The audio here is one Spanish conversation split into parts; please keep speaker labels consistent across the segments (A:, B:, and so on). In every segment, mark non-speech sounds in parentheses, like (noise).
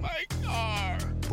A: My car.
B: but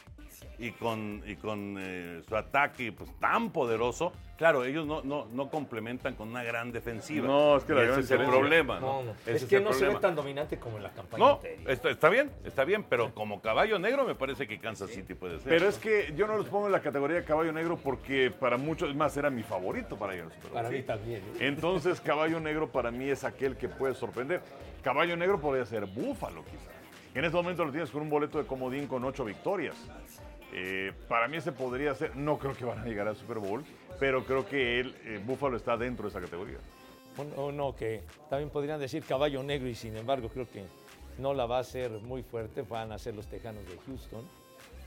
C: y con, y con eh, su ataque pues, tan poderoso, claro, ellos no, no, no, complementan con una gran defensiva.
D: No, es que la
C: ese es el problema.
E: No, no. Es, es que no problema. se ve tan dominante como en la campaña.
C: No, está, está, bien, está bien, pero como caballo negro me parece que Kansas City puede ser.
D: Pero es que yo no los pongo en la categoría de caballo negro porque para muchos más era mi favorito para ellos.
E: Para sí. mí también. ¿eh?
D: Entonces, caballo negro para mí es aquel que puede sorprender. Caballo negro podría ser búfalo, quizás. En este momento lo tienes con un boleto de comodín con ocho victorias. Eh, para mí ese podría ser, no creo que van a llegar al Super Bowl, pero creo que el eh, Búfalo está dentro de esa categoría.
E: O, o no, que también podrían decir caballo negro y sin embargo creo que no la va a ser muy fuerte, van a ser los Tejanos de Houston,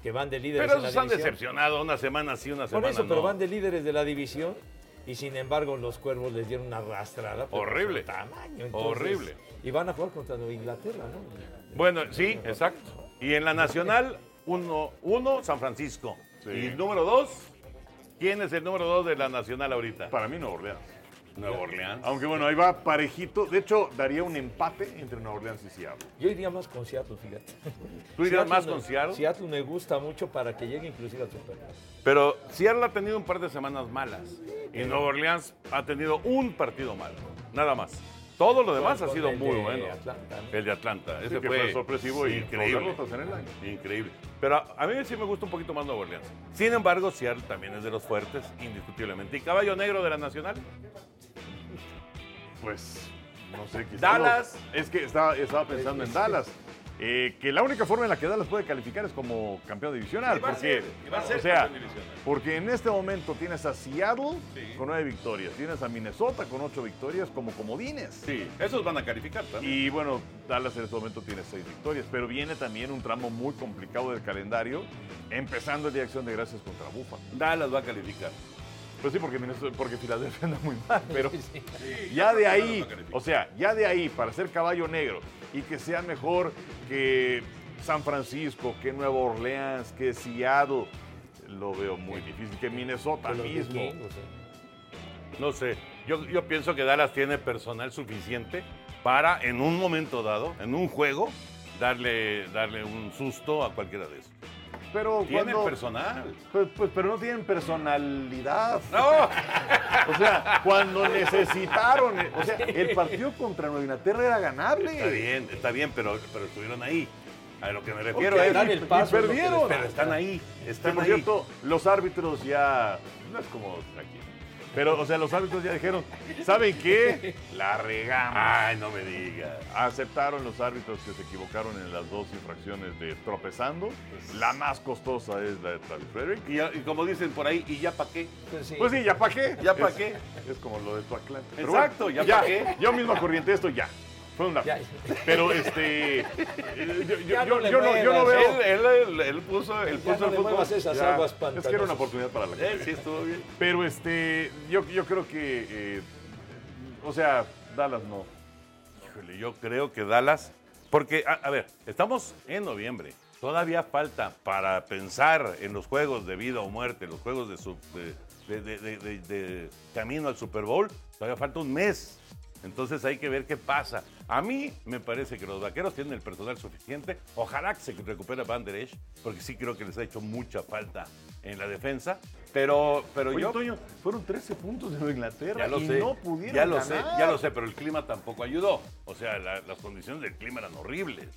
E: que van de líderes
C: pero
E: de la
C: división. Pero se han decepcionado una semana sí, una semana
E: Por eso,
C: no.
E: pero van de líderes de la división y sin embargo los cuervos les dieron una arrastrada.
C: Horrible.
E: Tamaño, entonces,
C: Horrible.
E: Y van a jugar contra Nueva Inglaterra, ¿no?
C: Bueno, sí, exacto. Y en la nacional... Uno, uno, San Francisco. Sí. Y el número dos, ¿quién es el número dos de la Nacional ahorita?
D: Para mí Nueva Orleans.
C: Nueva Orleans.
D: Aunque bueno, ahí va parejito. De hecho, daría un empate entre Nueva Orleans y Seattle.
E: Yo iría más con Seattle, fíjate.
C: (laughs) ¿Tú irías más con Seattle?
E: Seattle me gusta mucho para que llegue inclusive al Super
C: Pero Seattle ha tenido un par de semanas malas. Y Nueva Orleans ha tenido un partido malo. Nada más. Todo lo demás con, ha sido muy
E: de
C: bueno.
E: Atlanta,
C: ¿no? El de Atlanta.
D: Ese sí, que fue, fue, sorpresivo y
C: increíble.
D: En el año.
C: Increíble. Pero a, a, mí sí me gusta un poquito más Nueva Orleans. Sin embargo, Seattle también es de los fuertes, indiscutiblemente. ¿Y Caballo Negro de la Nacional?
D: Pues, no sé. Quizá
C: Dallas.
D: Lo, es que estaba, estaba pensando en Dallas. Eh, que la única forma en la que Dallas puede calificar es como campeón divisional.
C: Va
D: porque,
C: a va a ser
D: o sea,
C: divisional.
D: porque en este momento tienes a Seattle sí. con nueve victorias, tienes a Minnesota con ocho victorias como comodines.
C: Sí, esos van a calificar también.
D: Y bueno, Dallas en este momento tiene seis victorias, pero viene también un tramo muy complicado del calendario, empezando el día de acción de gracias contra Buffalo.
C: Dallas va a calificar.
D: Pues sí, porque, porque Filadelfia anda muy (laughs) mal, pero sí, sí. ya de ahí, o sea, ya de ahí, para ser caballo negro y que sea mejor que San Francisco, que Nueva Orleans, que Seattle, lo veo muy difícil, que eh. Minnesota
E: pero
D: mismo.
E: Bien, o
C: sea. No sé, yo, yo pienso que Dallas tiene personal suficiente para en un momento dado, en un juego, darle, darle un susto a cualquiera de esos.
D: Pero
C: tienen
D: cuando,
C: personal.
D: Pues, pues, pero no tienen personalidad.
C: No.
D: o sea, cuando necesitaron, o sea, el partido contra Nueva Inglaterra era ganable.
C: Está bien, está bien, pero, pero estuvieron ahí. A lo que me refiero okay,
D: es
E: dan el paso,
D: y perdieron.
C: Es pero están ahí, están sí,
D: por
C: ahí.
D: cierto, los árbitros ya no es como aquí. Pero, o sea, los árbitros ya dijeron, ¿saben qué? La regamos.
C: Ay, no me digas.
D: Aceptaron los árbitros que se equivocaron en las dos infracciones de tropezando. Pues... La más costosa es la de Travis Frederick.
C: Y, ya, y como dicen por ahí, ¿y ya para qué?
D: Pues sí. pues sí, ¿ya para qué?
C: ¿Ya para qué?
D: Es como lo de tu aclante.
C: Exacto, bueno, ¿ya, ya para qué?
D: Yo mismo acorriente esto ya. Fue un lápiz. Pero (laughs) este. Yo, yo, yo, no yo, no, yo no veo.
C: Él, él, él, él puso, él puso
E: no
C: el fútbol.
E: Esas aguas
D: es que era una oportunidad para la
C: gente. Sí, estuvo bien.
D: Pero este. Yo, yo creo que. Eh, o sea, Dallas no. Híjole, yo creo que Dallas, porque, a, a ver, estamos en noviembre. Todavía falta para pensar en los juegos de vida o muerte, los juegos de, su- de- de- de- de- de camino al Super Bowl. Todavía falta un mes. Entonces hay que ver qué pasa. A mí me parece que los vaqueros tienen el personal suficiente. Ojalá que se recupere Van Der Esch, porque sí creo que les ha hecho mucha falta en la defensa. Pero, pero
F: Oye,
D: yo.
F: Toño, fueron 13 puntos de Inglaterra
D: Ya lo
F: y
D: sé,
F: no pudieron
D: ya lo sé,
F: ganar.
D: ya lo sé, pero el clima tampoco ayudó. O sea, la- las condiciones del clima eran horribles.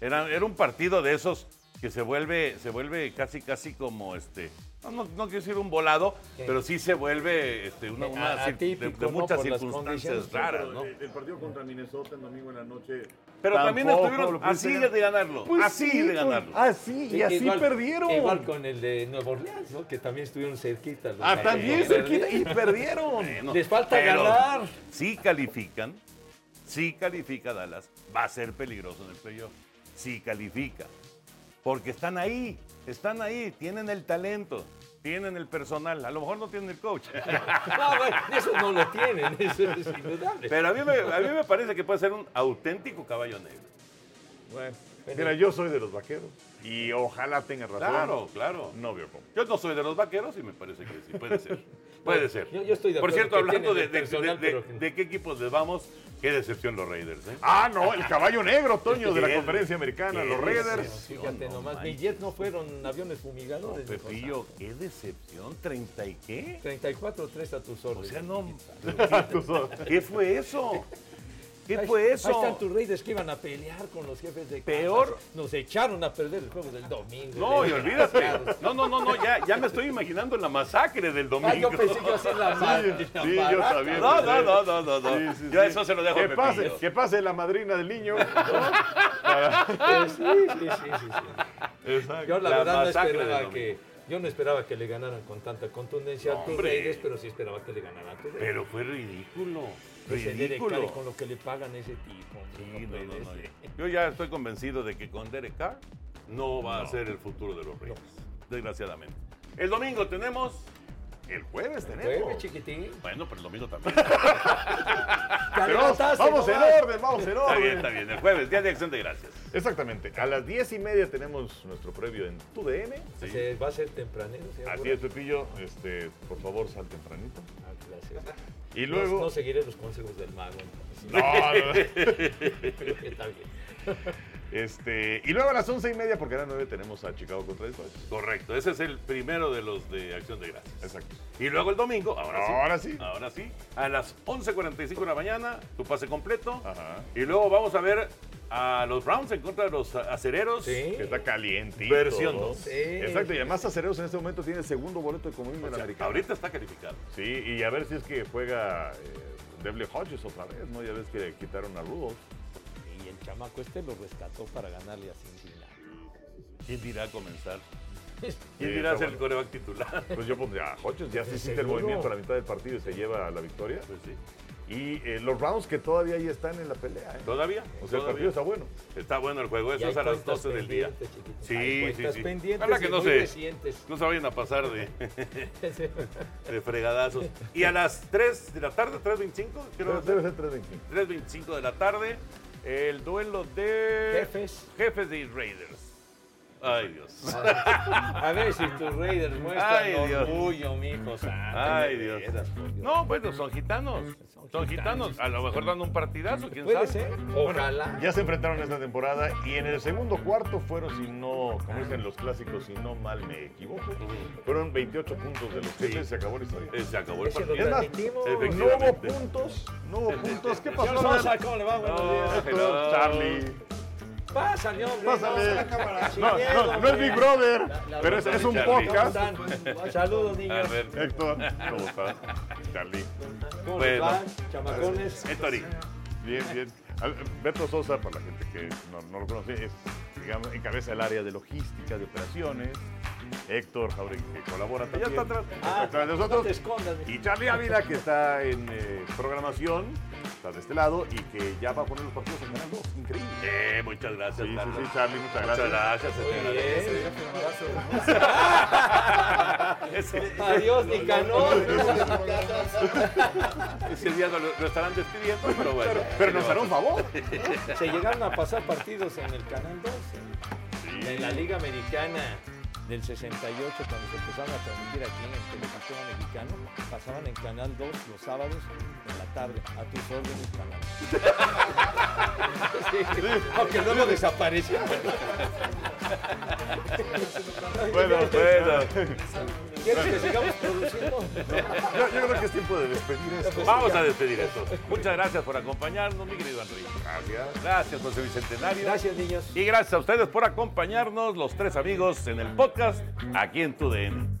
D: Era, era un partido de esos que se vuelve, se vuelve casi, casi como este. No, no, no quiero decir un volado, pero sí se vuelve este, una, una cir- de- de, muchas circunstancias raras, ¿no?
F: El, el partido contra Minnesota el domingo en la noche.
D: Pero también
F: tampoco
D: estuvieron
F: lo pudiste
D: así
F: ganar.
D: de ganarlo,
F: Pues
D: así
F: sí,
D: de
F: pues,
D: ganarlo.
F: Así, y así
E: Igual-
F: perdieron.
E: Igual con el de Nueva Orleans, ¿no? Que también estuvieron cerquitas. los
F: Ah,
E: Vaqueros.
F: también cerquita y perdieron.
D: Bueno,
E: (laughs) Les falta
D: pero
E: ganar.
D: Si califican, si califica Dallas, va a ser peligroso en el playoff. Si califica. Porque están ahí, están ahí, tienen el talento, tienen el personal. A lo mejor no tienen el coach.
E: (laughs) No, bueno, eso no lo tienen, eso es indudable.
D: Pero a mí, me, a mí me parece que puede ser un auténtico caballo negro.
F: Bueno, mira, yo soy de los vaqueros. Y ojalá tenga razón.
D: Claro, claro.
F: No veo cómo.
D: Yo no soy de los vaqueros y me parece que sí,
F: (laughs)
D: puede ser. Puede ser.
E: Yo- yo estoy de
D: Por
E: acuerdo
D: cierto,
E: que
D: hablando de,
E: tienen el
D: de-
E: personal,
D: de- de-
E: pero que no.
D: de qué equipos les vamos, qué decepción los Raiders. ¿eh?
F: Ah, no, el caballo negro, Toño, de la
D: (laughs) Qué
F: conferencia americana, los
D: decepción,
F: Raiders.
E: Fíjate
D: no
E: nomás,
D: manches.
E: mis jets no fueron aviones fumigadores. mi
D: Pepillo, qué decepción, 30 y qué.
E: cosa. 34-3 a tus
D: O
E: órdenes.
D: sea, no.
F: (laughs) Tú sabes.
D: ¿Qué fue eso? ¿Qué
E: Ahí-
D: fue
E: Ahí están
D: eso?
E: tus reyes que iban a pelear con los jefes de Kansas.
D: Peor.
E: Nos echaron a perder el juego del domingo.
D: No,
E: de-
D: y olvídate. No, no, no, no, ya, ya me estoy imaginando la masacre del domingo.
E: Ah, yo pensé que iba a ser la madre.
F: Sí, yo también.
D: No, no, no, no, no. no.
F: Sí, sí,
D: yo
F: sí.
D: eso se lo dejo a
F: que
D: Pepillo.
F: pase, que pase la madrina del niño.
E: Sí, sí, sí, sí, sí.
D: Exacto.
E: Yo la,
D: La
E: verdad no
D: masacre del
E: esperaba
D: domingo.
E: que... Yo no esperaba que le ganaran con tanta contundencia a tus
D: hombre.
E: reyes, pero sí esperaba que le ganaran a tus reyes.
D: Pero fue ridículo.
E: Ridículo.
D: Ridículo.
E: Con lo que le pagan a ese tipo. hombre,
D: Sí,
E: no
D: no, no,
E: puede
D: no,
E: ser.
D: ya. Yo ya estoy convencido de que con Derek Carr no va a ser el futuro de los Reyes, desgraciadamente. El domingo tenemos, el jueves
E: Jueves,
D: tenemos.
E: chiquitín.
D: Bueno, pero el domingo también.
F: Pero vamos,
E: Adelantaste,
F: vamos en
E: nomás.
F: orden, vamos en
D: está
F: orden.
D: bien, está bien. El jueves, día de acción de gracias.
F: Exactamente. A las diez y media tenemos nuestro previo en tu DM.
D: Sí.
E: Se va a ser tempranero. ¿sí?
F: Así es, Pepillo. Este, por favor, sal tempranito.
E: Ah, gracias.
F: Y
E: No- No,
F: luego.
E: seguiré los consejos del mago. entonces.
F: No, no, no.
E: (laughs) Creo que está bien.
F: Este, y luego a las once y media, porque a las nueve tenemos a Chicago contra Detroit.
D: Correcto, ese es el primero de los de acción de gracias.
F: Exacto.
D: Y luego el domingo, ahora sí.
F: Ahora sí.
D: Ahora sí. A las 11.45 de la mañana, tu pase completo.
F: Ajá.
D: Y luego vamos a ver a los Browns en contra de los acereros.
E: Sí.
F: Que está calientito.
D: Versión dos.
F: Sí. Exacto, y además Acereros en este momento tiene segundo boleto de Comodín
D: O
F: del
D: sea,
F: Americano.
D: ahorita está calificado.
F: Sí, y a ver si es que juega eh, Devlin Hodges otra vez, ¿no? Ya ves que quitaron a Rudolph.
E: Y el chamaco este lo rescató para ganarle a Cincinnati.
D: ¿Quién dirá comenzar?
F: Sí,
D: ¿Quién dirá
F: está
D: ser el
F: bueno.
D: coreback titular?
F: Pues yo pondría a Hodges, ya se
E: Sí,
F: hiciste el
E: seguro.
F: movimiento a la mitad del partido y se lleva la victoria.
D: Pues sí.
F: Y eh, los rounds que todavía ahí están en la pelea, ¿eh?
D: ¿Todavía?
F: O sea, el
D: ¿Todavía?
F: partido está bueno.
D: Está bueno el juego,
E: Y
D: eso
E: hay
D: es a las
E: cuentas
D: 12 del día.
E: pendientes, chiquitín. Hay
D: Sí, sí,
E: cuentas
D: sí.
E: pendientes
D: Ojalá que
E: y
D: no
E: muy
D: se,
E: recientes.
D: no se vayan a pasar
E: (laughs)
D: de, de fregadazos. Y a las 3 de la tarde, 3.25, creo
F: Pero
D: que
F: debe ser 325.
D: 3.25 de la tarde, el duelo de
E: Jefes.
D: jefes de Raiders. Ay, Dios.
E: A ver si tus Raiders muestran
D: Ay, Dios.
E: orgullo, mijo.
D: (laughs)
E: santo,
D: Ay,
E: de
D: Dios.
E: veras, por Dios.
D: No, bueno, son gitanos. Son gitanos. A lo mejor dan un partidazo, quién
E: Puede
D: sabe.
E: ser. Ojalá.
F: Ya se enfrentaron esta temporada y en el segundo cuarto fueron, si no, como dicen los clásicos, si no mal me equivoco, fueron 28 puntos de los que se acabó la historia.
D: Eh, Se acabó el
E: Ese lo
D: partido.
F: Es más,
E: Efectivamente.
F: no hubo puntos, no hubo puntos. ¿Qué pasó?
E: Señor Sosa, ¿cómo le va? Buenos
F: Ah,
D: Oh,
E: días.
F: Gerardo, Charlie.
E: Pásale, hombre.
F: Pásale.
E: no, la cámara, sin
F: No,
E: miedo,
F: no, no es
E: hombre.
F: Big Brother,
E: La- la
F: pero es,
E: verdad,
F: es un
D: Charlie.
E: ¿Cómo
F: podcast.
E: están? Saludos,
D: A
E: niños.
D: ver, (laughs)
F: Héctor, ¿cómo estás? Charlie.
E: ¿Cómo les
D: bueno.
E: va, chamacones?
D: Héctor.
F: Bien, bien. A ver, Beto Sosa, para la gente que no, no lo conoce, es, digamos, encabeza el área de logística, de operaciones. Héctor Jauregui, que colabora
D: Ya
F: también.
D: está atrás. Ah,
F: Está atrás de nosotros.
E: No te escondas.
F: Y Charlie Ávila, que está en eh, programación, está de este lado y que ya va a poner los partidos en Canal 2. Increíble.
D: Eh, muchas
F: Sí,
D: gracias,
F: sí,
D: Carlos.
F: sí, Charlie, muchas
D: Muchas
F: gracias.
D: gracias. se te agradece.
E: Bien.
D: Ese eso.
E: Adiós, Nicanor.
D: Ese día lo, lo estarán despidiendo, pero bueno.
F: Pero, pero nos hará un favor.
E: Se llegaron a pasar partidos en el Canal 12. En la Liga Americana del 68, cuando se empezaron a transmitir aquí en Televisión Mexicano, pasaban en Canal 2 los sábados en la tarde. A tus órdenes, canal. Sí, aunque luego desapareció.
F: (laughs) Bueno, bueno.
E: ¿Quieres que sigamos produciendo?
F: Yo, yo creo que es tiempo de despedir esto.
D: Vamos a despedir esto. Muchas gracias por acompañarnos, mi querido Enrique. Gracias. Gracias, José Bicentenario.
E: Gracias, niños.
D: Y gracias a ustedes por acompañarnos, los tres amigos, en el podcast aquí en TUDN.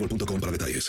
G: Para detalles.